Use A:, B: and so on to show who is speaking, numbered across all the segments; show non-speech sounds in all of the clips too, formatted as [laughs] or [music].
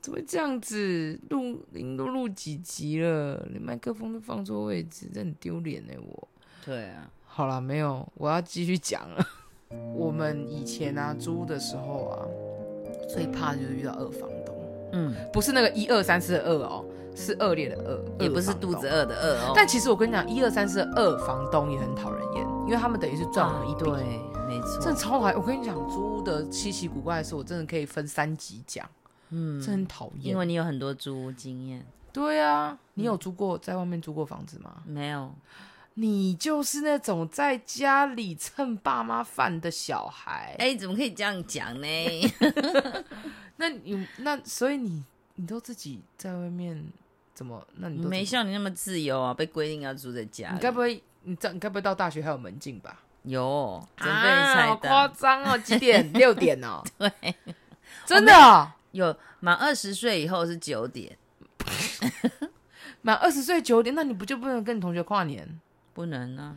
A: 怎么这样子？录零都录几集了，连麦克风都放错位置，这很丢脸哎！我
B: 对啊，
A: 好啦，没有，我要继续讲了。 [laughs] 我们以前啊租的时候啊，最怕就是遇到二房东，
B: 嗯，
A: 不是那个一二三四的二哦，是恶劣的恶，
B: 也不是
A: 二房
B: 肚
A: 东
B: 子。饿的饿哦。
A: 但其实我跟你讲，一二三四的二房东也很讨人厌，因为他们等于是赚我们一笔。
B: 对，没错，
A: 真的超烦！我跟你讲，租屋的稀奇古怪的事，我真的可以分三集讲，
B: 嗯
A: 真的很讨厌。
B: 因为你有很多租屋经验，
A: 对啊，你有租过、在外面租过房子吗？
B: 没有？
A: 你就是那种在家里蹭爸妈饭的小孩。
B: 哎、怎么可以这样讲呢？
A: [laughs] 那你那所以你你都自己在外面怎么？那你都怎么
B: 没像你那么自由啊，被规定要住在家里。
A: 你该不会你这你该不会到大学还有门禁吧？
B: 有准备
A: 啊，
B: 菜
A: 好
B: 单？
A: 夸张哦！几 [laughs] 点？六点哦。对， [laughs] 真的哦
B: 有满二十岁以后是九点，
A: 满二十岁九点，那你不就不能跟你同学跨年
B: 不能啊，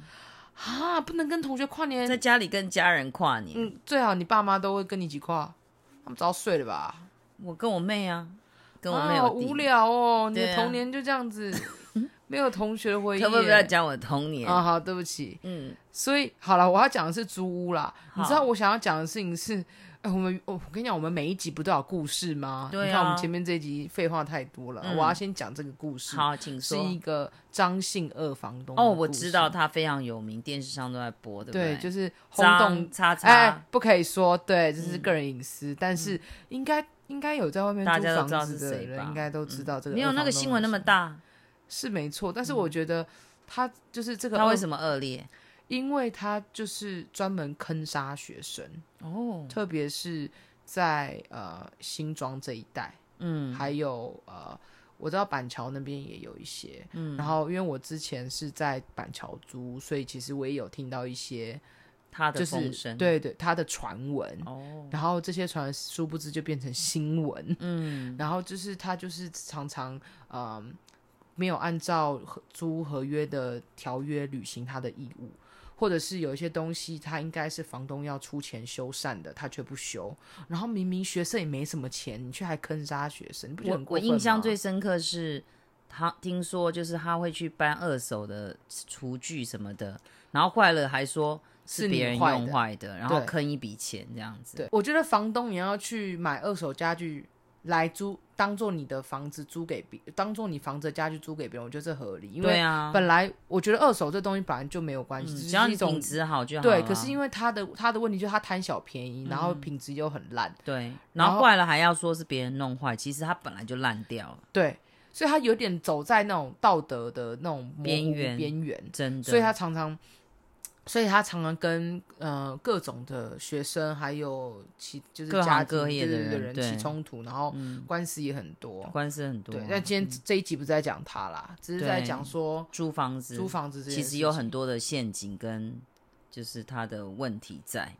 A: 啊？不能跟同学跨年
B: 在，家里跟家人跨年。
A: 嗯，最好你爸妈都会跟你一起跨，他们早睡了吧？
B: 我跟我妹啊，跟我
A: 啊，
B: 妹
A: 好
B: 有弟、
A: 无聊哦，你
B: 对
A: 的
B: 啊
A: 童年就这样
B: [laughs]
A: 子，没有同学的回忆耶。
B: 可不可以不要讲我童年？
A: 啊？好，对不起。
B: 嗯，
A: 所以好了，我要讲的是租屋啦。
B: 好
A: 你知道我想要讲的事情是，哎，我们我我跟你讲，我们每一集不都有故事吗？
B: 对啊
A: 你看我们前面这一集废话太多了，
B: 嗯
A: 我要先讲这个故事，
B: 好，请
A: 是一
B: 说。
A: 个张姓二房东的
B: 哦，
A: 故
B: 我
A: 事
B: 知道，他非常有名，电视上都在播，对不
A: 对，就是是轰动
B: 张叉叉，
A: 哎，不可以说，对，这是个人隐私，但是应该应该有在外面
B: 大
A: 租
B: 家都知道
A: 房
B: 是
A: 子的
B: 谁吧嗯
A: 人，应该都知道这个。
B: 没有那个新闻那么大，
A: 是没错，但是我觉得他就是这个，
B: 嗯他为
A: 么？
B: 什么恶劣？
A: 因为他就是专门坑杀学生，
B: 哦，
A: 特别是在呃新庄这一带，
B: 嗯，
A: 还有呃。我知道板桥那边也有一些，嗯，然后因为我之前是在板桥租，所以其实我也有听到一些，
B: 他的
A: 就
B: 风
A: 是
B: 声，，
A: 对对他的传闻，
B: 哦，
A: 然后这些传闻殊不知就变成新闻，
B: 嗯，
A: [laughs] 然后就是他就是常常嗯、没有按照合租合约的条约履行他的义务，或者是有一些东西他应该是房东要出钱修缮的，他却不修，然后明明学生也没什么钱，你却还坑杀学生，你不觉得
B: 我
A: 很过
B: 我
A: 分
B: 印象
A: 吗
B: 最深刻是。他听说就是他会去搬二手的厨具什么的，然后坏了还说
A: 是你
B: 别人
A: 坏
B: 用
A: 的
B: 坏的，然后
A: 对
B: 坑一笔钱这样子。
A: 对，我觉得房东你要去买二手家具来租，当做你的房子租给别，当做你房子的家具租给别人，我觉得这合理，因为
B: 对啊，
A: 本来我觉得二手这东西本来就没有关系，
B: 嗯
A: 只
B: 只要
A: 是
B: 你
A: 一种
B: 品质好就好嗯
A: 对。
B: 了
A: 可是因为他的他的问题就是他贪小便宜，然后品质又很烂，
B: 啊对，
A: 然
B: 然后
A: 后
B: 坏了还要说是别人弄坏，其实它本来就烂掉了，
A: 对，所以他有点走在那种道德的那种模糊
B: 边缘
A: 边缘，
B: 真的。
A: 所以他常常。所以他常常跟呃各种的学生，还有其就是
B: 各行
A: 家
B: 各
A: 庭
B: 业的
A: 对对对
B: 人对嗯
A: 人起冲突，然后官司也很多。
B: 官司很多，啊嗯
A: 对，但今天这一集不是在讲他啦，只是在
B: 对
A: 讲说
B: 租房子
A: 租房子这件
B: 其
A: 事
B: 实有
A: 情
B: 很多的陷阱跟就是它的问题在，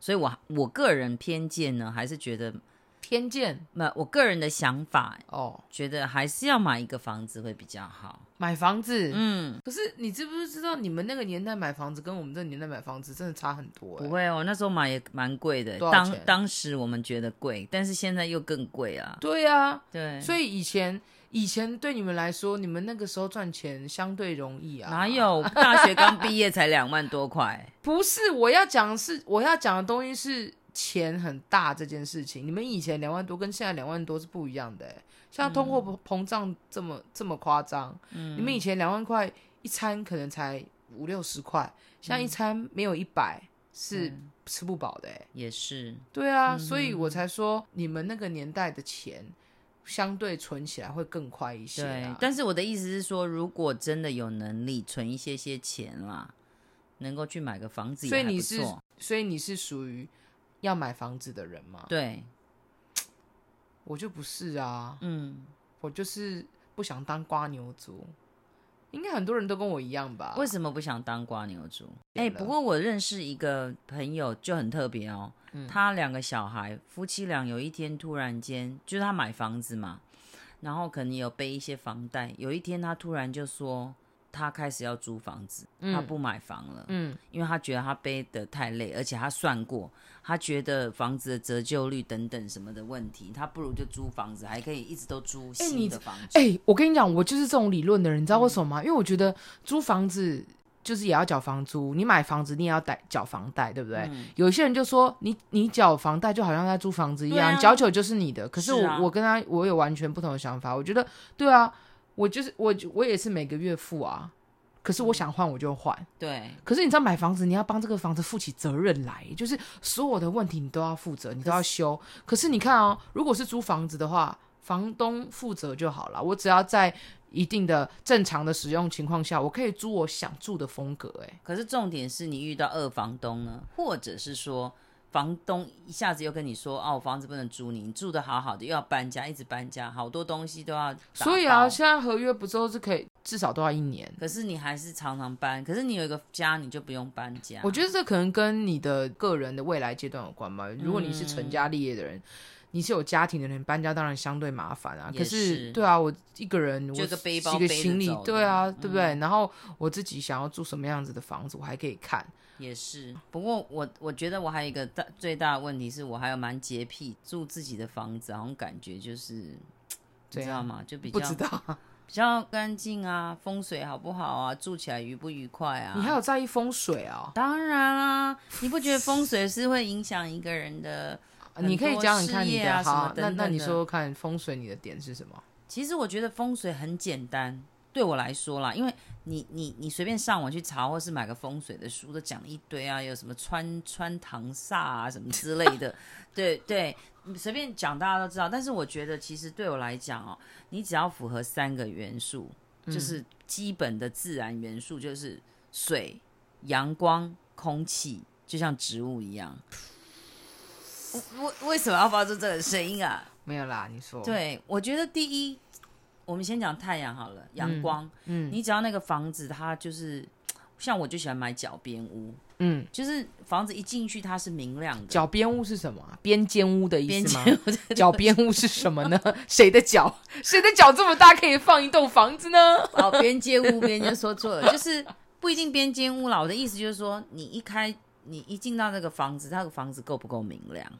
B: 所以我我个人偏见呢，还是觉得，
A: 偏见
B: 那我个人的想法
A: 哦，
B: 觉得还是要买一个房子会比较好。
A: 买房子，
B: 嗯，
A: 可是你知不知道，你们那个年代买房子跟我们这个年代买房子真的差很多、欸。
B: 不会哦，那时候买也蛮贵的，
A: 多少
B: 当
A: 钱
B: 当时我们觉得贵，但是现在又更贵啊。
A: 对呀、
B: 对，
A: 所以以前以前对你们来说，你们那个时候赚钱相对容易啊。
B: 哪？有大学刚毕业才两万多块？
A: 不是，我要讲的是我要讲的东西是钱很大这件事情。你们以前两万多跟现在两万多是不一样的、欸，像通货
B: 嗯
A: 膨膨胀这么、这么夸张。你们以前两万块一餐可能才五六十块，现在一餐没有一百是
B: 嗯
A: 吃不饱的、欸。
B: 也是，
A: 对
B: 嗯
A: 啊，所以我才说你们那个年代的钱相对存起来会更快一些、
B: 对
A: 啊。。
B: 但是我的意思是说，如果真的有能力存一些些钱啦，能够去买个房子也
A: 所以
B: 还
A: 你
B: 不
A: 是
B: 错。
A: 所以你是属于要买房子的人吗？
B: 对，
A: 我就不是啊，
B: 嗯，
A: 我就是不想当瓜牛族。应该很多人都跟我一样吧？
B: 为什么不想当瓜牛猪？
A: 对
B: 哎、
A: 了
B: 不过我认识一个朋友就很特别哦，
A: 嗯
B: 他两个小孩夫妻俩有一天突然间，就是他买房子嘛，然后可能有背一些房贷，有一天他突然就说：“他开始要租房子，
A: 嗯
B: 他不买房了，
A: 嗯
B: 因为他觉得他背得太累，而且他算过，他觉得房子的折旧率等等什么的问题，他不如就租房子，还可以一直都租新
A: 你
B: 的房子。
A: 哎、我跟你讲，我就是这种理论的人，你知道为什么吗？因为我觉得租房子就是也要缴房租，你买房子你也要贷缴房贷，对不对？有一些人就说你你缴房贷就好像在租房子一
B: 对啊
A: 样，你缴久就是你的。可是
B: 是
A: 我
B: 啊
A: 我跟他我有完全不同的想法，我觉得对啊，我就是我我也是每个月付啊，可是我想换我就换。
B: 对，
A: 可是你知道买房子，你要帮这个房子负起责任来，就是所有的问题你都要负责，你都要修。可是你看哦，如果是租房子的话，房东负责就好了，我只要在一定的正常的使用情况下，我可以租我想住的风格、欸。
B: 可是重点是你遇到二房东呢，或者是说房东一下子又跟你说，哦，我房子不能租你，你住的好好的，又要搬家，一直搬家，好多东西都要打包。
A: 所以啊，现在合约不都是可以至少都要一年？
B: 可是你还是常常搬，可是你有一个家，你就不用搬家。
A: 我觉得这可能跟你的个人的未来阶段有关吧。如果你是
B: 嗯
A: 成家立业的人，你是有家庭的人，搬家当然相对麻烦啊。
B: 也
A: 可
B: 是
A: 对啊，我一个人，我
B: 就一个背包
A: 一个
B: 背着
A: 行李
B: 走，
A: 对
B: 的嗯
A: 啊，对不对？然后我自己想要住什么样子的房子，我还可以看。
B: 也是，不过我我觉得我还有一个大最大的问题是我还有蛮洁癖，住自己的房子好像感觉就是，你
A: 怎
B: 知道
A: 样
B: 吗？就比
A: 啊不知
B: 较
A: 道，
B: 比较干净啊，风水好不好啊，住起来愉不愉快啊？
A: 你还有在意风水哦？
B: 当然啦、你不觉得风水是会影响一个人的？很
A: 你可以
B: 多
A: 讲讲看
B: 事
A: 你
B: 业
A: 的，
B: 啊什么
A: 好，那
B: 等
A: 那
B: 等
A: 你
B: 的
A: 说说看风水你的点是什么？
B: 其实我觉得风水很简单，对我来说啦，因为你你你随便上网去查，或是买个风水的书，都讲一堆啊，有什么穿穿堂煞啊什么之类的， [laughs] 对对，你随便讲大家都知道。但是我觉得其实对我来讲哦，你只要符合三个元素，就是基本的自然元素，就是水、阳光、空气，就像植物一样。我我为什么要发出这个声音啊？
A: 没有啦，你说，
B: 对，我觉得第一，我们先讲太阳好了，阳光。
A: 嗯
B: 你只要那个房子，它就是像我就喜欢买角边屋，
A: 嗯，
B: 就是房子一进去它是明亮的，
A: 脚边屋是什么啊？边间屋的意
B: 边
A: 思
B: 间
A: 吗？
B: 屋
A: 脚边屋是什么呢？谁的脚？谁的脚这么大可以放一栋房子呢？
B: 哦，边间屋边间说错了， [laughs] 就是不一定边间屋啦。我的意思就是说，你一开你一进到那个房子，它那个房子够不够明亮？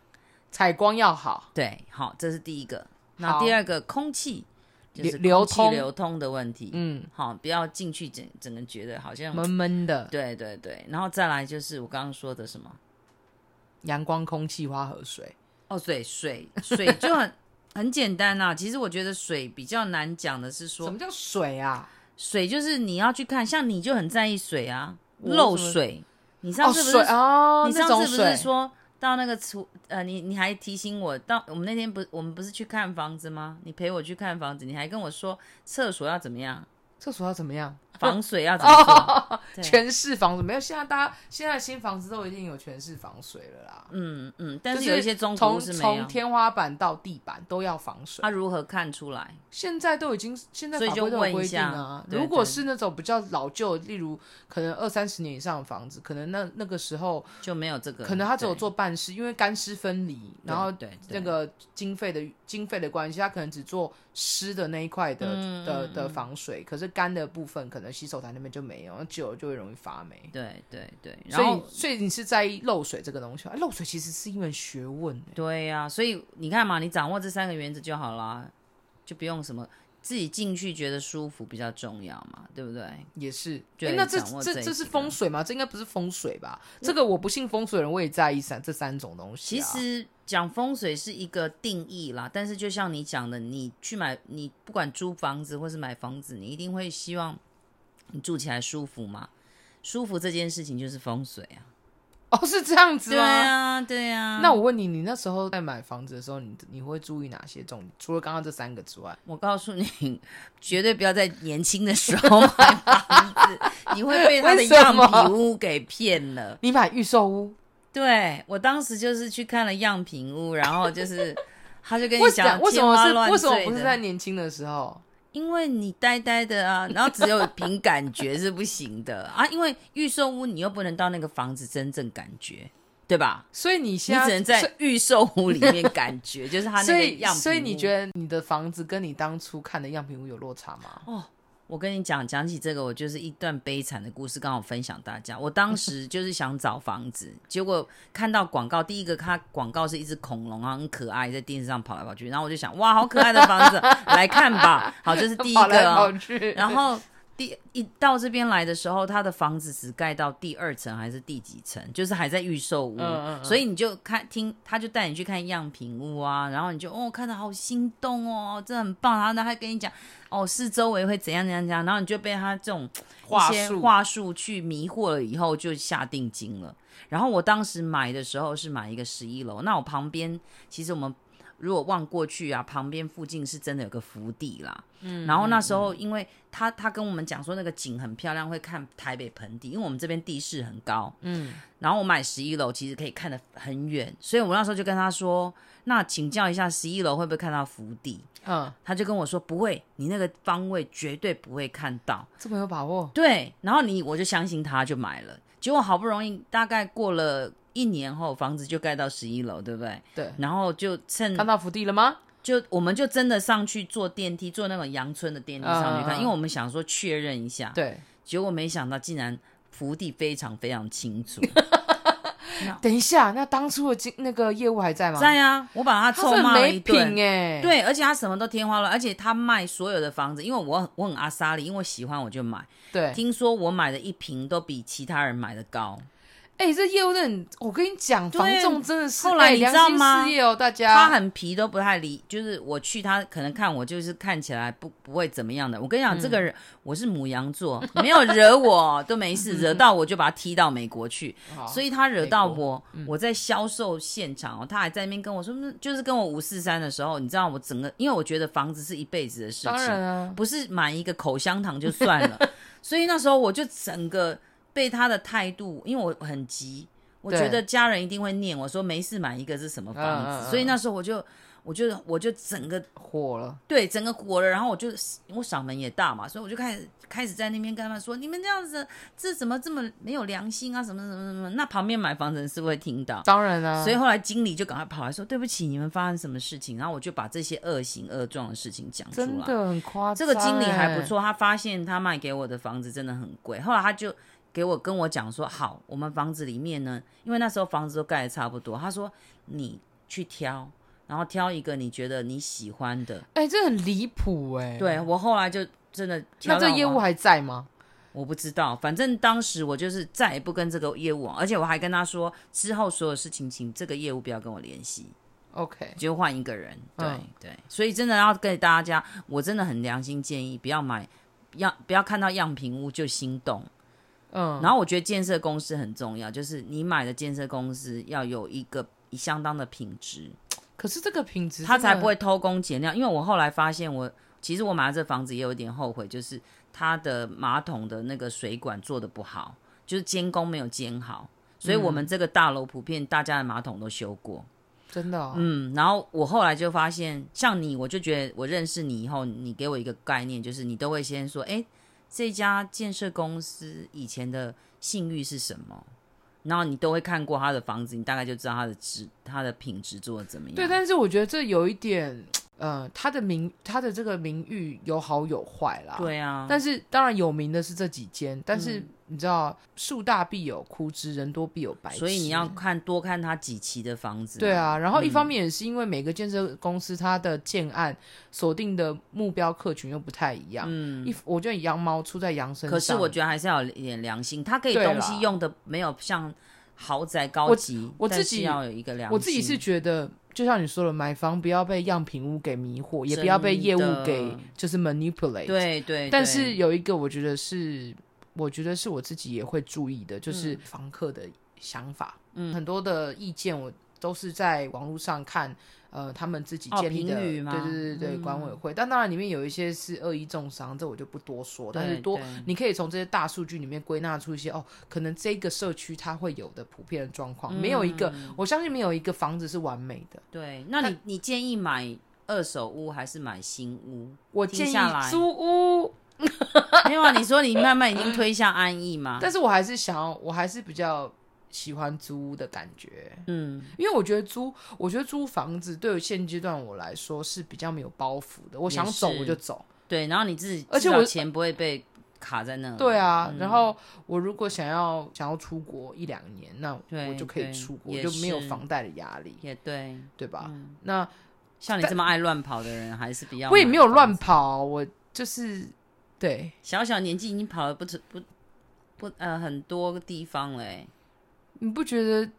A: 采光要好，
B: 对，好，这是第一个。那
A: 好
B: 第二个空气就是
A: 流
B: 空气
A: 流通
B: 流通的问题，
A: 嗯，
B: 好，不要进去整整个觉得好像
A: 闷闷的，
B: 对对对，然后再来就是我刚刚说的什么
A: 阳光、空气、花和水。
B: 哦，水水水就很 [laughs] 很简单啦、其实我觉得水比较难讲的是
A: 什
B: 说
A: 么，叫水啊？
B: 水就是你要去看，像你就很在意水啊，
A: 我
B: 漏
A: 怎么
B: 水。你上
A: 哦，
B: 次不是、
A: 水哦，
B: 你
A: 那
B: 上
A: 种
B: 次不是
A: 水。
B: 说到那个厨呃，你你还提醒我到我们那天不我们不是去看房子吗？你陪我去看房子，你还跟我说厕所要怎么样，
A: 厕所要怎么样？
B: 防水要怎么
A: 哦
B: 做？对
A: 全室房子没有，现在大家现在新房子都一定有全室防水了啦。
B: [laughs] 嗯嗯，但是
A: 就
B: 有一些中古
A: 从
B: 屋是没有
A: 从。天花板到地板都要防水
B: 他、，如何看出来？
A: 现在都已经现在
B: 所以
A: 法
B: 就
A: 规都
B: 问
A: 有
B: 一
A: 规定
B: 下
A: 啊。
B: 对
A: 如果
B: 对
A: 是那种比较老旧，例如可能二三十年以上的房子，可能那那个时候
B: 就没有这个，
A: 可能他只有
B: 对
A: 做半室，因为干湿分离，然后
B: 对
A: 那
B: 对
A: 个经费的经费的关系，他可能只做湿的那一块的、
B: 嗯
A: 的的防水，可是干的部分可能洗手台那边就没有，那久了就会容易发霉。
B: 对对对，然
A: 所以
B: 后，
A: 所以你是在意漏水这个东西吗？哎漏水其实是一门学问、欸，
B: 对呀、所以你看嘛，你掌握这三个原则就好啦，就不用什么自己进去觉得舒服比较重要嘛，对不对？
A: 也是。
B: 对
A: 哎、那这
B: 掌握这
A: 这
B: 一
A: 这是
B: 集啊嗯
A: 风水吗？这应该不是风水吧？这个我不信风水的人，我也在意三这三种东西、
B: 其
A: 啊。
B: 实讲风水是一个定义啦，但是就像你讲的，你去买，你不管租房子或是买房子，你一定会希望你住起来舒服嘛。舒服这件事情就是风水啊，
A: 哦，是这样子
B: 对
A: 吗？
B: 啊，对啊。
A: 那我问你，你那时候在买房子的时候，你你会注意哪些重点？除了刚刚这三个之外，
B: 我告诉你， [laughs] 绝对不要在年轻的时候买房子， [laughs] 你会被他的
A: 为什
B: 样
A: 么
B: 品屋给骗了。
A: 你买预售屋，
B: 对我当时就是去看了样品屋，然后就是 [laughs] 他就跟你
A: 为什
B: 讲
A: 么为什
B: 天花
A: 么
B: 乱
A: 是为什么
B: 坠
A: 不是
B: 的
A: 在年轻的时候？
B: 因为你呆呆的啊，然后只有凭感觉是不行的 [laughs] 啊，因为预售屋你又不能到那个房子真正感觉，对吧？
A: 所以你
B: 你
A: 现在
B: 只能在
A: 所
B: 预售屋里面感觉， [laughs] 就是他那
A: 所
B: 个
A: 以
B: 样品屋。
A: 所以你觉得你的房子跟你当初看的样品屋有落差吗？
B: 哦，我跟你讲，讲起这个，我就是一段悲惨的故事，刚好分享大家。我当时就是想找房子，结果看到广告，第一个它广告是一只恐龙啊，很可爱，在电视上跑来跑去，然后我就想，哇，好可爱的房
A: [laughs]
B: 子，来看吧。好，这是第一
A: 跑来
B: 个、
A: 跑
B: 哦。
A: 去，
B: 然后第一到这边来的时候，他的房子只盖到第二层还是第几层，就是还在预售屋，
A: 嗯嗯
B: 所以你就看听，他就带你去看样品屋啊，然后你就哦看的好心动哦，这很棒，然后他还跟你讲哦是周围会怎样怎样怎样，然后你就被他这种
A: 话
B: 一些
A: 术
B: 话术去迷惑了，以后就下定金了。然后我当时买的时候是买一个十一楼，那我旁边其实我们如果望过去啊，旁边附近是真的有个福地啦。嗯，然后那时候因为他他跟我们讲说那个景很漂亮，会看台北盆地，因为我们这边地势很高。
A: 嗯，
B: 然后我买十一楼其实可以看得很远，所以我那时候就跟他说，那请教一下十一楼会不会看到福地？
A: 嗯，
B: 他就跟我说不会，你那个方位绝对不会看到。
A: 这么有把握，
B: 对，然后你我就相信他，就买了。结果好不容易，大概过了一年后，房子就盖到十一楼，对不对？
A: 对，
B: 然后就趁
A: 看到福地了吗？
B: 就我们就真的上去坐电梯，坐那种阳春的电梯上去看，
A: 嗯嗯嗯
B: 因为我们想说确认一下。，
A: 对，
B: 结果没想到竟然福地非常非常清楚，
A: 等一下，那当初的经那个业务还在吗？，
B: [laughs] 在啊，我把他
A: 他
B: 臭
A: 是很
B: 骂了
A: 没
B: 一
A: 品
B: 顿。
A: 哎、，
B: 对，而且他什么都天花乱，而且他卖所有的房子，因为我很我很阿莎莉，因为喜欢我就买。
A: 对，
B: 听说我买的一平都比其他人买的高，
A: 哎、这业务真的很，我跟你讲，
B: 对
A: 房仲真的是，
B: 后来
A: 哎
B: 你知
A: 良
B: 道
A: 心
B: 吗
A: 事业哦，大家，
B: 他很皮都不太理，就是我去他可能看我就是看起来不不会怎么样的。我跟你讲，这个人
A: 嗯
B: 我是母羊座，没有惹我都
A: [laughs]
B: 没事，惹到我就把他踢到美国去。
A: 好
B: 所以他惹到
A: 美嗯
B: 我，我在销售现场哦，他还在那边跟我说，嗯就是跟我五四三的时候，你知道我整个，因为我觉得房子是一辈子的事
A: 当然
B: 情，
A: 啊，
B: 不是买一个口香糖就算
A: [laughs]
B: 了。所以那时候我就整个被他的态度，因为我很急，我
A: 对
B: 觉得家人一定会念我说没事买一个是什么房
A: 嗯嗯
B: 子，
A: 嗯
B: 所以那时候我就。我就我就整个
A: 火了，
B: 对整个火了，然后我就我嗓门也大嘛，所以我就开始开始在那边跟他们说，你们这样子，这怎么这么没有良心啊？什么什么什么？那旁边买房子的人是不是会听到？
A: 当然啊，
B: 所以后来经理就赶快跑来说，对不起，你们发生什么事情？然后我就把这些恶行恶状的事情讲出
A: 真
B: 来。
A: 的很夸张、
B: 这个经理还不
A: 哎，
B: 错，他发现他卖给我的房子真的很贵，后来他就给我跟我讲说，好，我们房子里面呢，因为那时候房子都盖的差不多，他说你去挑，然后挑一个你觉得你喜欢的。
A: 哎、这很离谱哎，，
B: 对我后来就真的挑
A: 那这
B: 到
A: 业
B: 我
A: 务还在吗？
B: 我不知道，反正当时我就是再也不跟这个业务往，而且我还跟他说之后所有事情，请这个业务不要跟我联系，
A: OK，
B: 就换一个人。对、
A: 嗯
B: 对，所以真的要给大家，我真的很良心建议，不要买。样不要看到样品屋就心动，
A: 嗯，
B: 然后我觉得建设公司很重要，就是你买的建设公司要有一个相当的品质，
A: 可是这个品质，
B: 他才不会。偷工减料。因为我后来发现我，其实我买了这房子也有一点后悔，就是它的马桶的那个水管做的不好，就是监工没有监好，所以我
A: 嗯
B: 们这个大楼普遍大家的马桶都修过。
A: 真的、哦，
B: 嗯，然后我后来就发现，像你，我就觉得我认识你以后，你给我一个概念，就是你都会先说，哎，这家建设公司以前的信誉是什么？然后你都会看过他的房子，你大概就知道他的质、他的品质做的怎么样。
A: 对，但是我觉得这有一点，呃，他的名，他的这个名誉有好有坏啦。，
B: 对啊，
A: 但是当然有名的是这几间，但是
B: 嗯
A: 你知道，树大必有枯枝，人多必有白痴。
B: 所以你要嗯看多看他几期的房子。
A: 对，啊，然后一方面也是因为每个建设公司它的建案锁定的目标客群又不太一样。
B: 嗯。
A: 一我觉得羊毛出在羊身上，
B: 可是我觉得还是要有一点良心，它可以
A: 对啦
B: 东西用的没有像豪宅高
A: 我
B: 级，
A: 我自
B: 但是
A: 己
B: 要有一个良心。
A: 我自己是觉得，就像你说的，买房不要被样品屋给迷惑，也不要被业务给
B: 真的
A: 就是 manipulate。
B: 对对，
A: 但
B: 对
A: 是有一个，我觉得是，我觉得是我自己也会注意的，
B: 嗯
A: 就是房客的想法。嗯，很多的意见我都是在网络上看，呃，他们自己
B: 哦
A: 建立的，
B: 评语
A: 对
B: 吗嗯
A: 对对对，管委会。但当然里面有一些是恶意重伤，这我就不多说。但是
B: 对
A: 多
B: 对，
A: 你可以从这些大数据里面归纳出一些哦，可能这个社区它会有的普遍的状况，没有一个，
B: 嗯
A: 我相信没有一个房子是完美的。
B: 对，那你你建议买二手屋还是买新
A: [laughs]
B: 屋？
A: 我
B: 停
A: 建
B: 下来
A: 议租屋。
B: 没有啊，你说你慢慢已经推向安逸嘛？
A: 但是我还是想要，我还是比较喜欢租屋的感觉，
B: 嗯，
A: 因为我觉得租，我觉得租房子对于现阶段我来说是比较没有包袱的，我想走
B: 也是
A: 我就走，
B: 对，然后你自己，
A: 而且
B: 至少
A: 我
B: 钱不会被卡在那里。
A: 对啊，
B: 嗯
A: 然后我如果想要想要出国一两年，那
B: 对
A: 我就可以
B: 对
A: 出国，
B: 也
A: 就没有
B: 是嗯
A: 房贷的压力，
B: 也对，
A: 对吧？那
B: 像你这么爱乱跑的人，还是比较
A: 我也没有乱
B: 跑。
A: 跑，我就是对
B: 小小年纪已经跑了不止不不呃很多个地方了、欸，
A: 你不觉得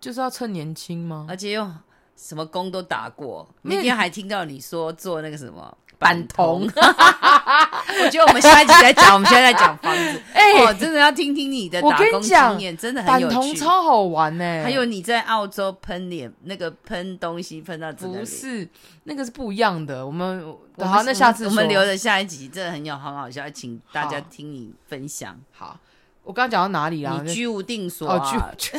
A: 就是要趁年轻吗？
B: 而且又什么工都打过。
A: 没有
B: 明天还听到你说做那个什么
A: 板铜，
B: [laughs] 我觉得我们下一集再讲，我们现在在讲房子。
A: 哎、
B: 哦，真的要听听你的
A: 我
B: 打
A: 跟你
B: 工
A: 讲
B: 经验，真的很
A: 板
B: 有
A: 铜
B: 趣。
A: 超好玩欸呢、
B: 还有你在澳洲喷脸，那个喷东西喷到整个
A: 不
B: 脸。
A: 是那个是不一样的，我们
B: 我们
A: 好，那下次
B: 我们留
A: 着
B: 着下一集，真的很有很好笑，请大家
A: 好
B: 听你分享。
A: 好。我刚刚讲到哪里啦？
B: 你居无定所、
A: 哦，
B: 啊，
A: 去去，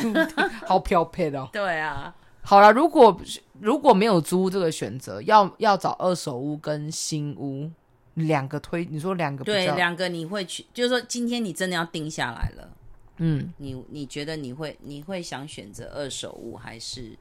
A: 好飘配哦。
B: 对啊，
A: 好了，如果如果没有租这个选择，要要找二手屋跟新屋两个推，你说两个比
B: 对，
A: 较，
B: 两个你会去，就是说今天你真的要定下来了，
A: 嗯，
B: 你你觉得你会你会想选择二手物还是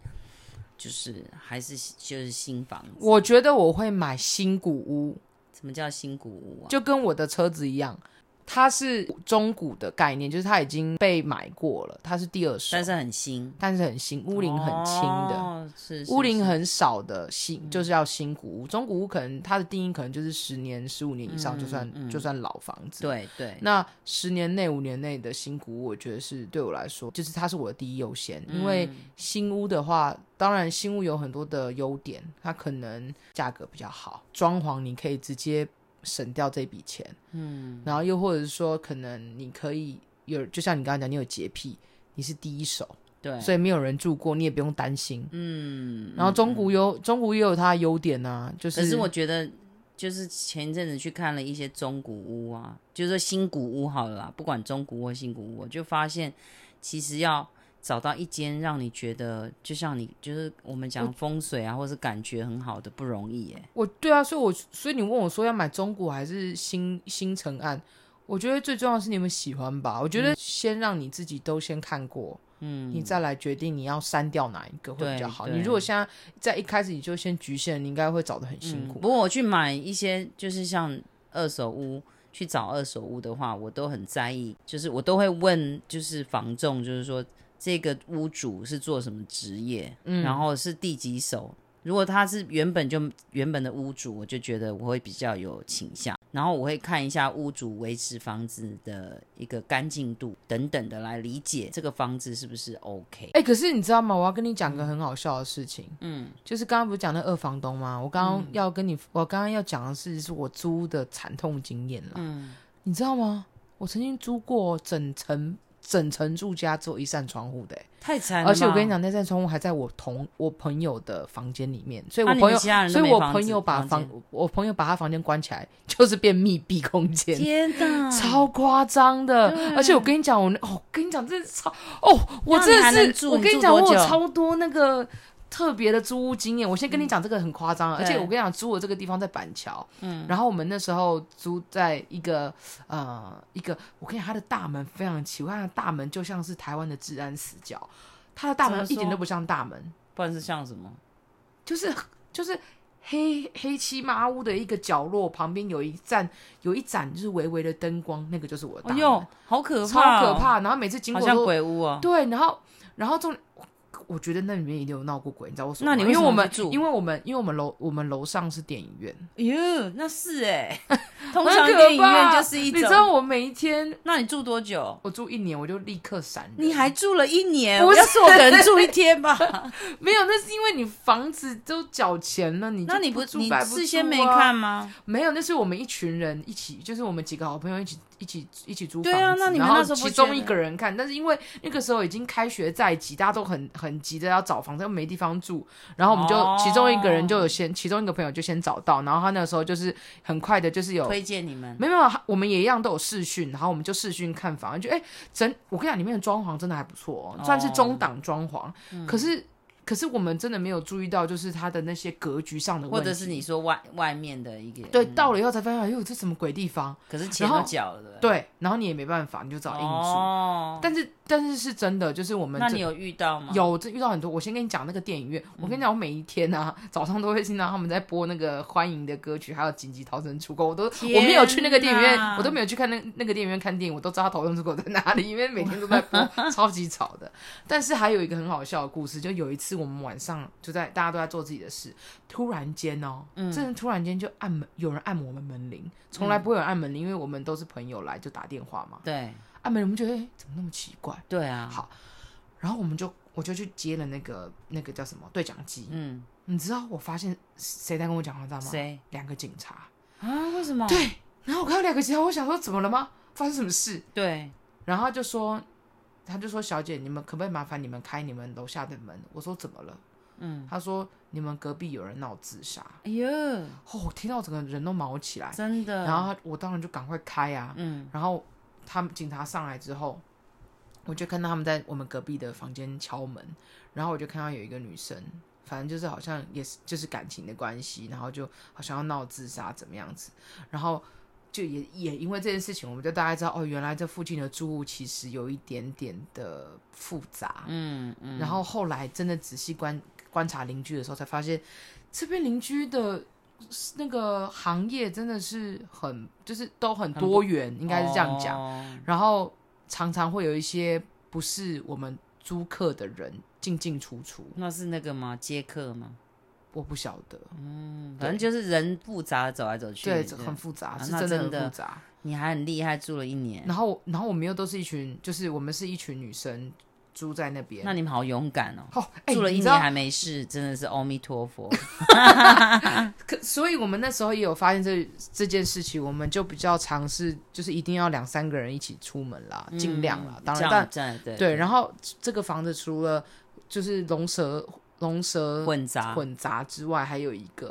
B: 就是还是就是新房子？
A: 我觉得我会买新古屋，
B: 什么叫新古屋啊？
A: 就跟我的车子一样，它是中古的概念，就是它已经被买过了，它是第二手，
B: 但是很新，
A: 但是很新，屋龄很轻的。
B: 哦、是是嗯
A: 屋龄
B: 是
A: 很少的新，就是要新古屋。中古屋可能它的定义可能就是十年、十五年以上，就算、就算老房子。
B: 嗯对对，
A: 那十年内、五年内的新古屋，我觉得是对我来说，就是它是我的第一优先。
B: 嗯
A: 因为新屋的话，当然新屋有很多的优点，它可能价格比较好，装潢你可以直接省掉这笔钱。嗯，然后又或者是说，可能你可以有，就像你刚刚讲，你有洁癖，你是第一手，
B: 对，
A: 所以没有人住过，你也不用担心。
B: 哎嗯，
A: 然后中古有、中古也有它的优点呐、就是
B: 可是我觉得。就是前一阵子去看了一些中古屋啊，就是说新古屋好了啦，不管中古屋或新古屋，我就发现其实要找到一间让你觉得，就像你就是我们讲风水啊，或是感觉很好的不容易耶。
A: 我对啊，所以我所以你问我说要买中古还是新新城案，我觉得最重要的是你们喜欢吧。我觉得先让你自己都先看过，嗯，你再来决定你要删掉哪一个会比较好。
B: 对对
A: 你如果现在在一开始你就先局限，你应该会找的很辛
B: 嗯不
A: 苦。
B: 过我去买一些就是像二手屋。去找二手屋的话，我都很在意，就是我都会问，就是房仲，就是说这个屋主是做什么职业，
A: 嗯
B: 然后是第几手。如果他是原本就原本的屋主，我就觉得我会比较有倾向，然后我会看一下屋主维持房子的一个干净度等等的来理解这个房子是不是 OK。
A: 哎、可是你知道吗？我要跟你讲个很好笑的事情，嗯，就是刚刚不是讲那二房东吗？我刚
B: 嗯
A: 刚要跟你，我刚刚要讲的是，是我租的惨痛经验啦。
B: 嗯，
A: 你知道吗？我曾经租过整层整层住家只有一扇窗户的欸、
B: 太惨了。
A: 而且我跟你，讲，那扇窗户还在我同我朋友的房间里面，所以
B: 那
A: 我
B: 啊你
A: 朋
B: 们
A: 友，
B: 其他人都
A: 所以
B: 没
A: 我
B: 房
A: 朋
B: 子
A: 友把
B: 房
A: 房
B: 间，
A: 我朋友把他房间关起来， [laughs] 就是变密闭空间。
B: 天哪，
A: 超夸张的，而且我跟你讲，我那哦，我跟你讲，真的超哦，我
B: 那
A: 真
B: 你还能
A: 的是，
B: 住
A: 我
B: 你
A: 跟你
B: 住
A: 讲，我
B: 多
A: 有
B: 久
A: 超多那个特别的租屋经验。我先跟你讲，这个很夸张，啊而且
B: 嗯对
A: 我跟你讲，租的这个地方在板桥，嗯，然后我们那时候租在一个呃一个，我跟你讲，它的大门非常奇怪，它的大门就像是台湾的治安死角，它的大
B: 怎
A: 门
B: 么
A: 一点
B: 说
A: 都不像大门，
B: 不然是像什么？
A: 就是就是黑黑漆麻屋的一个角落，旁边有一盏有一盏就是微微的灯光，那个就是我的大
B: 哎
A: 门。
B: 呦，好可怕、
A: 超
B: 哦，
A: 可，怕。然后每次经
B: 好
A: 过
B: 像
A: 都
B: 鬼屋哦。
A: 对，然后然后重我我觉得那里面一定有闹过鬼，你知道我说
B: 那你
A: 因为
B: 为什么
A: 我们
B: 不住
A: 因为我们因为我们楼我们楼上是电影院，
B: 哟，那是 [laughs] 哎、通
A: 很
B: 常
A: 可
B: 电影院
A: 怕
B: 就是一
A: 你
B: 种。
A: 知道我每一天
B: 那你住多久？
A: 我住一年，我就立刻闪人。
B: 你还住了一年，
A: 不是
B: 要是我可能住一天 [laughs] 吧。
A: 没有？那是因为你房子都缴钱了，你就
B: 那你
A: 不
B: 不
A: 住
B: 你
A: 白不
B: 事先
A: 住
B: 没
A: 啊
B: 看吗？
A: 没有，那是我们一群人一起，就是我们几个好朋友一起一起一起租房子。
B: 对啊那你们
A: 然后
B: 那时候不
A: 其
B: 觉
A: 中
B: 得
A: 一个人看，但是因为那个时候已经开学在即，大家都很很急着要找房子，又没地方住，然后我们就、
B: 哦
A: 其中一个人就有先，其中一个朋友就先找到，然后他那个时候就是很快的，就是有。
B: 推荐你们。
A: 没有没有，我们也一样都有视讯，然后我们就视讯看
B: 哦嗯
A: 房，就哎整，我跟你讲，里面的装潢真的还不错、哦，算是中档装潢，可是可是我们真的没有注意到，就是它的那些格局上的问题，
B: 或者是你说外外面的一个
A: 对
B: 嗯
A: 到了以后才发现，哎呦，这什么鬼地方？
B: 可是钱
A: 然
B: 都
A: 后
B: 缴了，对不对？
A: 对，然后你也没办法，你就只好硬住。
B: 哦，
A: 但是但是是真的，就是我们
B: 那
A: 这
B: 你有遇到吗？嗯
A: 有这遇到很多。我先跟你讲那个电影院，我跟你讲，我每一天啊 [laughs] 早上都会听到他们在播那个欢迎的歌曲，还有紧急逃生出口。我都我没有去那个电影
B: 天
A: 院，
B: 哪
A: 我都没有去看那那个电影院看电影，我都知道逃生出口在哪里，因为每天都在播，超级吵的。但是还有一个很好笑的故事，就有一次我们晚上就在大家都在做自己的事，突然间哦，
B: 嗯
A: 真的突然间就按门，有人按我们门铃，从来不会有人按门铃，因为我们都是朋友来就打电话嘛，
B: 对
A: 按门铃我们觉得、哎怎么那么奇怪。
B: 对啊，
A: 好然后我们就我就去接了那个那个叫什么对讲机，
B: 嗯，
A: 你知道我发现谁在跟我讲话，知道吗？
B: 谁
A: 两个警察。
B: 啊？为什么？
A: 对，然后我看到两个警察，我想说怎么了吗？发生什么事？
B: 对
A: 然后他就说，他就说小姐，你们可不可以麻烦你们开你们楼下的门？我说怎么了？
B: 嗯，
A: 他说你们隔壁有人闹自杀。
B: 哎呦，
A: 哦，我听到整个人都毛起来。
B: 真的，
A: 然后他我当然就赶快开啊。
B: 嗯
A: 然后他们警察上来之后，我就看到他们在我们隔壁的房间敲门，然后我就看到有一个女生，反正就是好像也是就是感情的关系，然后就好像要闹自杀怎么样子，然后就也也因为这件事情，我们就大概知道哦，原来这附近的住户其实有一点点的复杂，
B: 嗯嗯，
A: 然后后来真的仔细观观察邻居的时候，才发现这边邻居的那个行业真的是很，就是都很
B: 很
A: 多元，应该是这样讲。
B: 哦
A: 然后常常会有一些不是我们租客的人进进出出，
B: 那是那个吗？接客吗？
A: 我不晓得，
B: 嗯反正就是人复杂，走来走去。
A: 对，这很复杂，
B: 啊
A: 是
B: 那
A: 真的很
B: 真的
A: 复杂。
B: 你还很厉害，住了一年，
A: 然后，然后我们又都是一群，就是我们是一群女生住在那边。
B: 那你们好勇敢哦。
A: 哦，哎
B: 住了
A: 你
B: 一
A: 知
B: 年
A: 道
B: 还没事，真的是阿弥陀佛。
A: 可所以，我们那时候也有发现这这件事情，我们就比较尝试，就是一定要两三个人一起出门啦， [laughs] 尽量啦。当然，但
B: 但嗯对
A: 对，然后这个房子除了就是龙蛇龙蛇
B: 混杂，
A: 混杂之外，还有一个，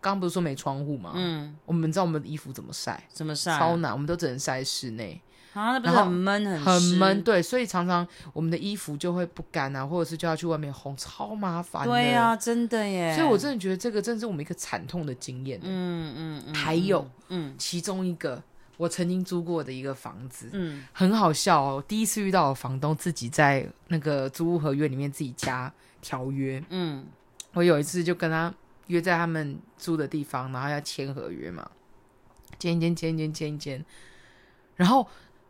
A: 刚刚不是说没窗户吗？
B: 嗯，
A: 我们知道我们的衣服怎么晒，
B: 什么晒
A: 超难，我们都只能晒室内，
B: 啊？那不是
A: 然后
B: 很闷，很
A: 很
B: 湿
A: 闷，。对，所以常常我们的衣服就会不干啊，或者是就要去外面烘，超麻烦。
B: 对啊，，真的耶。
A: 所以我真的觉得这个真的是我们一个惨痛的经验。
B: 嗯嗯嗯，
A: 还有，
B: 嗯
A: 其中一个我曾经租过的一个房子，
B: 嗯
A: 很好笑哦。第一次遇到我房东自己在那个租屋合约里面自己加条约。
B: 嗯
A: 我有一次就跟他约在他们租的地方，然后要签合约嘛，签一签，签一签，签一签，然后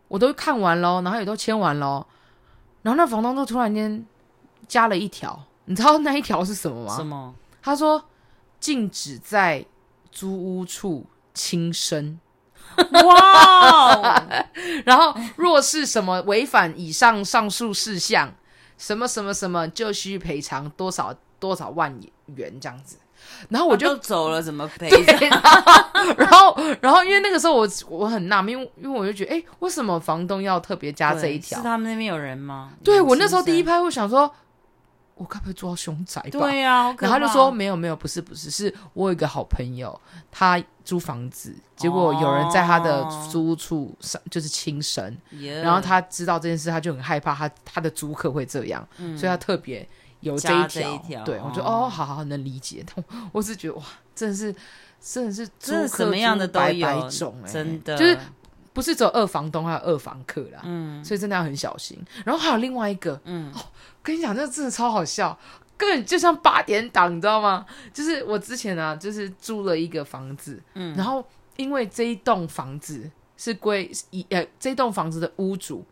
A: 我都看完喽，然后也都签完喽，然后那房东就突然间加了一条，你知道那一条是什么吗？
B: 什么？
A: 他说禁止在租屋处轻生， [laughs]
B: 哇哦，
A: 然后若是什么违反以上上述事项，什么什么什么，就需赔偿多少多少万元这样子。然 [laughs] 后我
B: 我
A: 就
B: 就走了，怎么啊赔？
A: [laughs] 然后，然后因为那个时候我我很纳闷，因为因为我就觉得，哎，为什么房东要特别加这一
B: 对
A: 条
B: 是？他们那边有人吗？
A: 对
B: 有人
A: 我那时候
B: 轻
A: 第一
B: 生
A: 拍会想说，我该不会住到凶宅吧？
B: 对啊呀、好可
A: 然后他就
B: 怕哦
A: 说没有没有，不是不是，是我有一个好朋友，他租房子，结果有人在他的
B: 哦
A: 租屋处上就是轻生，
B: 耶
A: 然后他知道这件事，他就很害怕他他的租客会这样，所以他特别有这
B: 嗯加
A: 一
B: 这
A: 条。
B: 一条
A: 对，我就
B: 哦
A: 哦，好好好能理解，但我我是觉得哇，真的是真的是租
B: 真的
A: 客
B: 什么样
A: 诸
B: 的都
A: 百
B: 有，
A: 百种哎、
B: 真的
A: 就是不是只有二房东，还有二房客啦。嗯，所以真的要很小心。然后还有另外一个，嗯，哦，跟你讲，这真的超好笑，根本就像八点档，你知道吗？就是我之前啊，就是租了一个房子，嗯，然后因为这一栋房子是归一呃，这栋房子的屋主。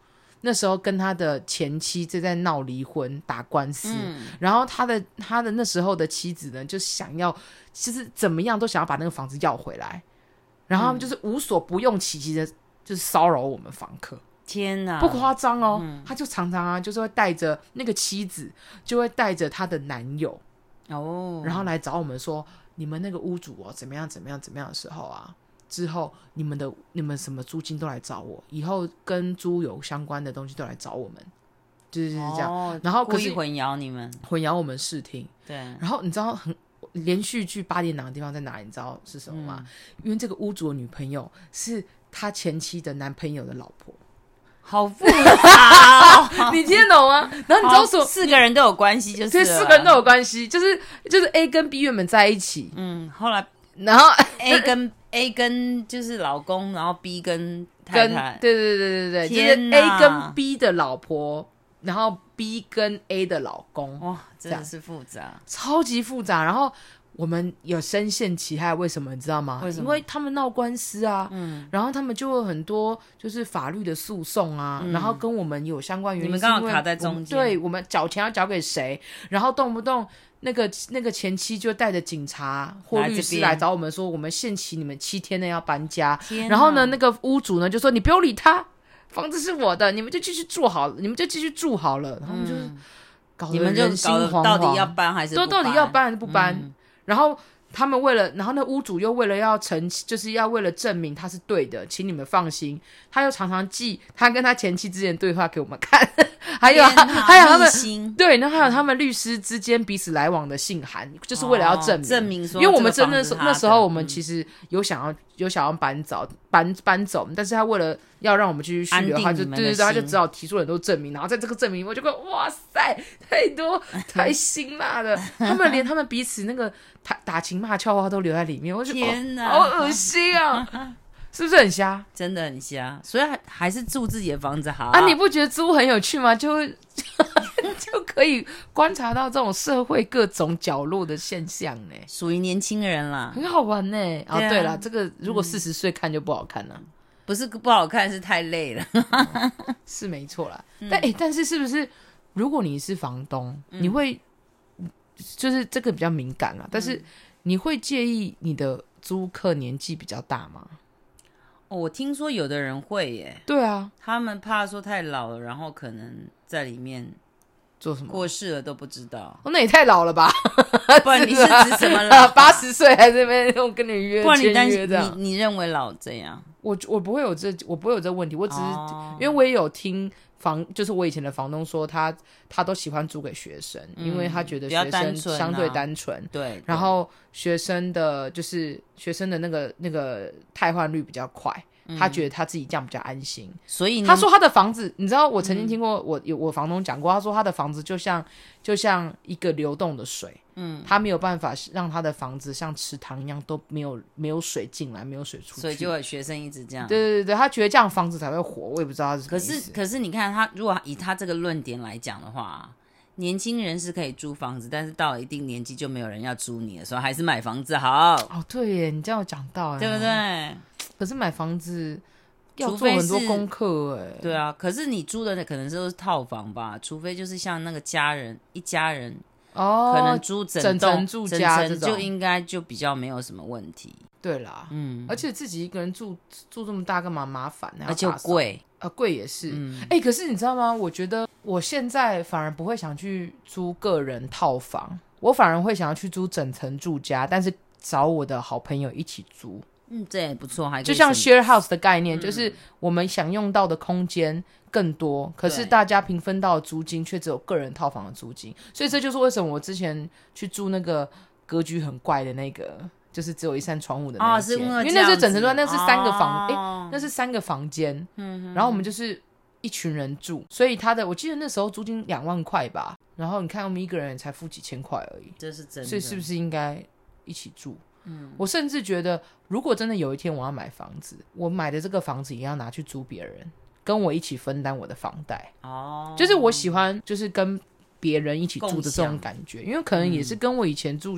A: 那时候跟他的前妻正在闹离婚打官司，
B: 嗯
A: 然后他的他的那时候的妻子呢，就想要就是怎么样都想要把那个房子要回来，然后他们就是无所不用其极的，就是骚扰我们房客，
B: 天哪，
A: 不夸张哦。他就常常啊，就是会带着那个妻子，就会带着她的男友，
B: 哦，
A: 然后来找我们说，你们那个屋主哦，怎么样怎么样怎么样的时候啊。之后，你们的你们什么租金都来找我，以后跟租有相关的东西都来找我们，就是就是这样、
B: 哦
A: 然后可
B: 故
A: 是
B: 意混淆你们，
A: 混淆我们视听。
B: 对，
A: 然后你知道很连续剧八点档的地方在哪里？你知道是什么
B: 嗯 [laughs]
A: 吗？因为这个屋主的女朋友是他前妻的男朋友的老婆，
B: [laughs] 好复
A: [laughs]
B: 杂、哦，
A: 你听得懂吗？然后你知道什么？
B: 四个人都有关系，就是
A: 对，
B: 了
A: 四个人都有关系，就是就是 A 跟 B 原本在一起，
B: 嗯，后来
A: 然后
B: A 跟 A 跟就是老公，然后 B 跟太
A: 跟
B: 太，
A: 对对对对对，就是
B: 天
A: A
B: 哪
A: 跟 B 的老婆，然后 B 跟 A 的老公，
B: 哇，
A: 这
B: 真
A: 样
B: 的是复杂。
A: 超级复杂。然后我们有深陷其害，为什么你知道吗？
B: 为什么
A: 因为他们闹官司啊，
B: 嗯，
A: 然后他们就会很多就是法律的诉讼啊，然后跟我们有相关原因。
B: 嗯你们刚好
A: 是因为
B: 卡在
A: 我们
B: 中间
A: 对我们缴钱要缴给谁，然后动不动。那个那个前妻就带着警察或
B: 来
A: 律
B: 这
A: 师
B: 边
A: 来找我们说，我们限期你们七天内要搬家。
B: 天
A: 然后
B: 哪
A: 呢，那个屋主呢就说你不用理他，房子是我的，你们就继续住好了，你们就继续住好了。然后我们就是搞得
B: 嗯你们就
A: 人心
B: 搞得
A: 惶
B: 到
A: 惶
B: 底要搬还是
A: 都
B: 不
A: 到底要搬还是不搬？
B: 嗯
A: 然后他们为了，然后那屋主又为了要澄，就是要为了证明他是对的，请你们放心，他又常常寄他跟他前妻之间的对话给我们看， [laughs] 还有
B: 天
A: [laughs]
B: 哪
A: 还有他们
B: 逆心
A: 对，然后还有他们律师之间彼此来往的信函，就是为了要证明、
B: 哦证明说
A: 因为我们
B: 这个
A: 真的
B: 房子
A: 是
B: 是他的
A: 那时候我们
B: 嗯
A: 其实有想要有想要搬走搬搬走，但是他为了要让我们继续续留，
B: 安定
A: 他就对
B: 你们
A: 对
B: 的
A: 对，他就
B: 心
A: 只好提出很多证明，然后在这个证明我就会哇塞，太多太辛辣了，他们连他们彼此那个打打情骂俏话都留在里面，我就
B: 天
A: 哦
B: 哪，
A: 好恶心啊，是不是很瞎？
B: 真的很瞎，所以还还是住自己的房子好
A: 啊，你不觉得租很有趣吗？就会 [laughs] 就可以观察到这种社会各种角落的现象欸呢，
B: 属于年轻人啦，
A: 很好玩呢。啊，嗯
B: 对啊
A: 对了，这个如果四十岁看就不好看了，
B: 不是不好看，是太累了。 [laughs]
A: 是没错啦。但诶，但是是不是如果你是房东，你会就是这个比较敏感啊？但是你会介意你的租客年纪比较大吗？
B: 哦我听说有的人会耶，
A: 对啊，
B: 他们怕说太老了，然后可能在里面
A: 做什么？，
B: 过世了都不知道
A: [laughs] 哦，那也太老了吧！啊
B: 不然你是
A: 吧
B: 指什
A: [laughs]
B: 么老？
A: 啊八十岁还在那边用跟你约
B: 不然你
A: 签
B: 担
A: 约
B: 心
A: 这样？
B: 你你认为老这样？
A: 我我不会有这我不会有这问题，我只是、
B: 哦
A: 因为我也有听房，就是我以前的房东说他他都喜欢租给学生，因为他觉得
B: 比较
A: 学
B: 单
A: 生
B: 纯啊
A: 相对单纯，
B: 对，
A: 然后学生的就是学生的那个那个汰换率比较快，他
B: 嗯
A: 觉得他自己这样比较安心。
B: 对所以
A: 他
B: 呢
A: 说他的房子，你知道我
B: 嗯
A: 曾经听过我有我房东讲过，他说他的房子就像就像一个流动的水，嗯，他没有办法让他的房子像池塘一样都没有没有水进来，没有水出去，
B: 所以就有学生一直这样。
A: 对对对，他觉得这样房子才会火，我也不知道他是什么
B: 可
A: 意思。
B: 是可是你看他，如果以他这个论点来讲的话，年轻人是可以租房子，但是到了一定年纪就没有人要租你的时候，还是买房子好，
A: 哦，对耶，你这样有讲到耶，
B: 对不？对？
A: 可是买房子要
B: 除
A: 做
B: 非
A: 很多
B: 是
A: 功课哎，
B: 对啊，可是你租的那可能都是套房吧，除非就是像那个家人一家人，
A: 哦，
B: 可能租整
A: 整
B: 栋
A: 层住家
B: 整层
A: 这种
B: 就应该就比较没有什么问题，
A: 对啦，
B: 嗯，
A: 而且自己一个人住住这么大干嘛麻烦呢？
B: 而且
A: 要打扫
B: 贵，
A: 啊，贵也是。
B: 嗯，
A: 哎、可是你知道吗？我觉得我现在反而不会想去租个人套房，我反而会想要去租整层住家，但是找我的好朋友一起租，
B: 嗯，这也不错，还可以
A: 就像
B: 省
A: share house 的概
B: 嗯
A: 念，就是我们享用到的空间更多，可是
B: 对
A: 大家平分到的租金却只有个人套房的租金，所以这就是为什么我之前去住那个格局很怪的那个，就是只有一扇窗户的那
B: 哦，
A: 一
B: 是
A: 间，
B: 因
A: 啊因为
B: 这
A: 那是
B: 样
A: 整层
B: 子
A: 住家，那是三个房，哎、
B: 哦嗯
A: 那是三个房间，然后我们就是一群人住，所以他的我记得那时候租金两万块吧，然后你看我们一个人也才付几千块而已，
B: 这是真的，
A: 所以是不是应该一起住？嗯，我甚至觉得，如果真的有一天我要买房子，我买的这个房子也要拿去租别人，跟我一起分担我的房贷。
B: 哦，
A: 就是我喜欢，就是跟别人一起住的这
B: 共
A: 种
B: 享嗯
A: 感觉，因为可能也是跟我以前住、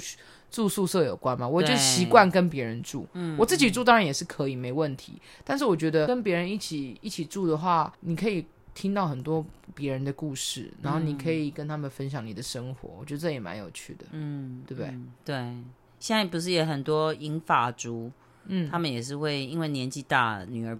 A: 住宿舍有关嘛，我就
B: 对嗯
A: 习惯跟别人住。我自己住当然也是可以，没问题。但是我觉得跟别人一起一起住的话，你可以听到很多别人的故事，然后你可以跟他们分享你的生活，我觉得这也蛮有趣的，
B: 嗯，
A: 对不对？
B: 对，现在不是也很多银发族，
A: 嗯
B: 他们也是会因为年纪大，女儿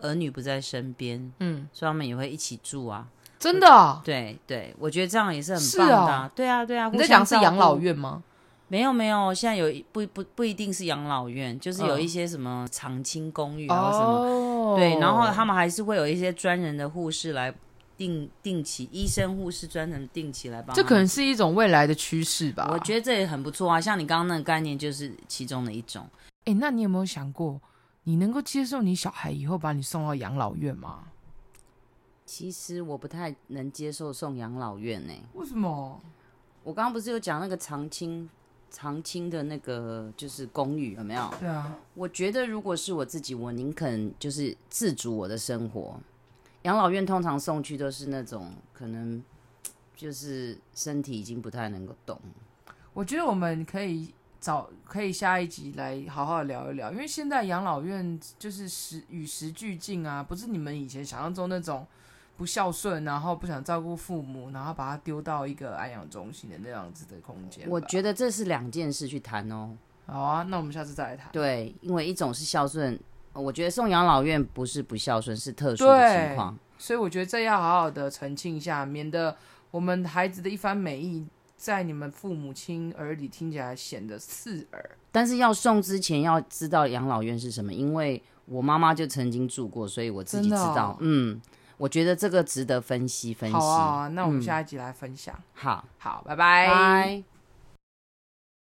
B: 儿女不在身边，
A: 嗯，
B: 所以他们也会一起住啊。
A: 真的啊、
B: 对对，我觉得这样也是很
A: 是
B: 棒的、
A: 啊
B: 对啊对啊，
A: 你
B: 互
A: 在
B: 相
A: 讲是
B: 照
A: 养老
B: 顾？
A: 院吗？
B: 没有没有，现在有一不不不一定是养老院，就是有
A: 嗯哦
B: 一些什么长青公寓啊或什么。对，然后他们还是会有一些专人的护士来定定期，医生、护士专人定期来帮他们。
A: 这可能是一种未来的趋势吧。
B: 我觉得这也很不错啊，像你刚刚那个概念就是其中的一种。
A: 哎、那你有没有想过，你能够接受你小孩以后把你送到养老院吗？
B: 其实我不太能接受送养老院欸呢、
A: 为什么？
B: 我刚刚不是有讲那个长青长青的那个就是公寓有没有？
A: 对啊，
B: 我觉得如果是我自己，我宁肯就是自主我的生活。养老院通常送去都是那种可能就是身体已经不太能够动，
A: 我觉得我们可以找可以下一集来好好聊一聊，因为现在养老院就是时与时俱进啊，不是你们以前想象中那种不孝顺，然后不想照顾父母，然后把他丢到一个安养中心的那样子的空间吧。
B: 我觉得这是两件事去谈哦。
A: 好啊，那我们下次再来谈。
B: 对，因为一种是孝顺，呃我觉得送养老院不是不孝顺，是特殊
A: 对
B: 的情况。
A: 所以我觉得这要好好的澄清一下，免得我们孩子的一番美意在你们父母亲耳里听起来显得刺耳。
B: 但是要送之前要知道养老院是什么，因为我妈妈就曾经住过，所以我自己
A: 真
B: 知
A: 的哦
B: 道。嗯，我觉得这个值得分析分析。
A: 好啊，那我们
B: 嗯
A: 下一集来分享。
B: 好，
A: 好，拜拜。
B: 拜。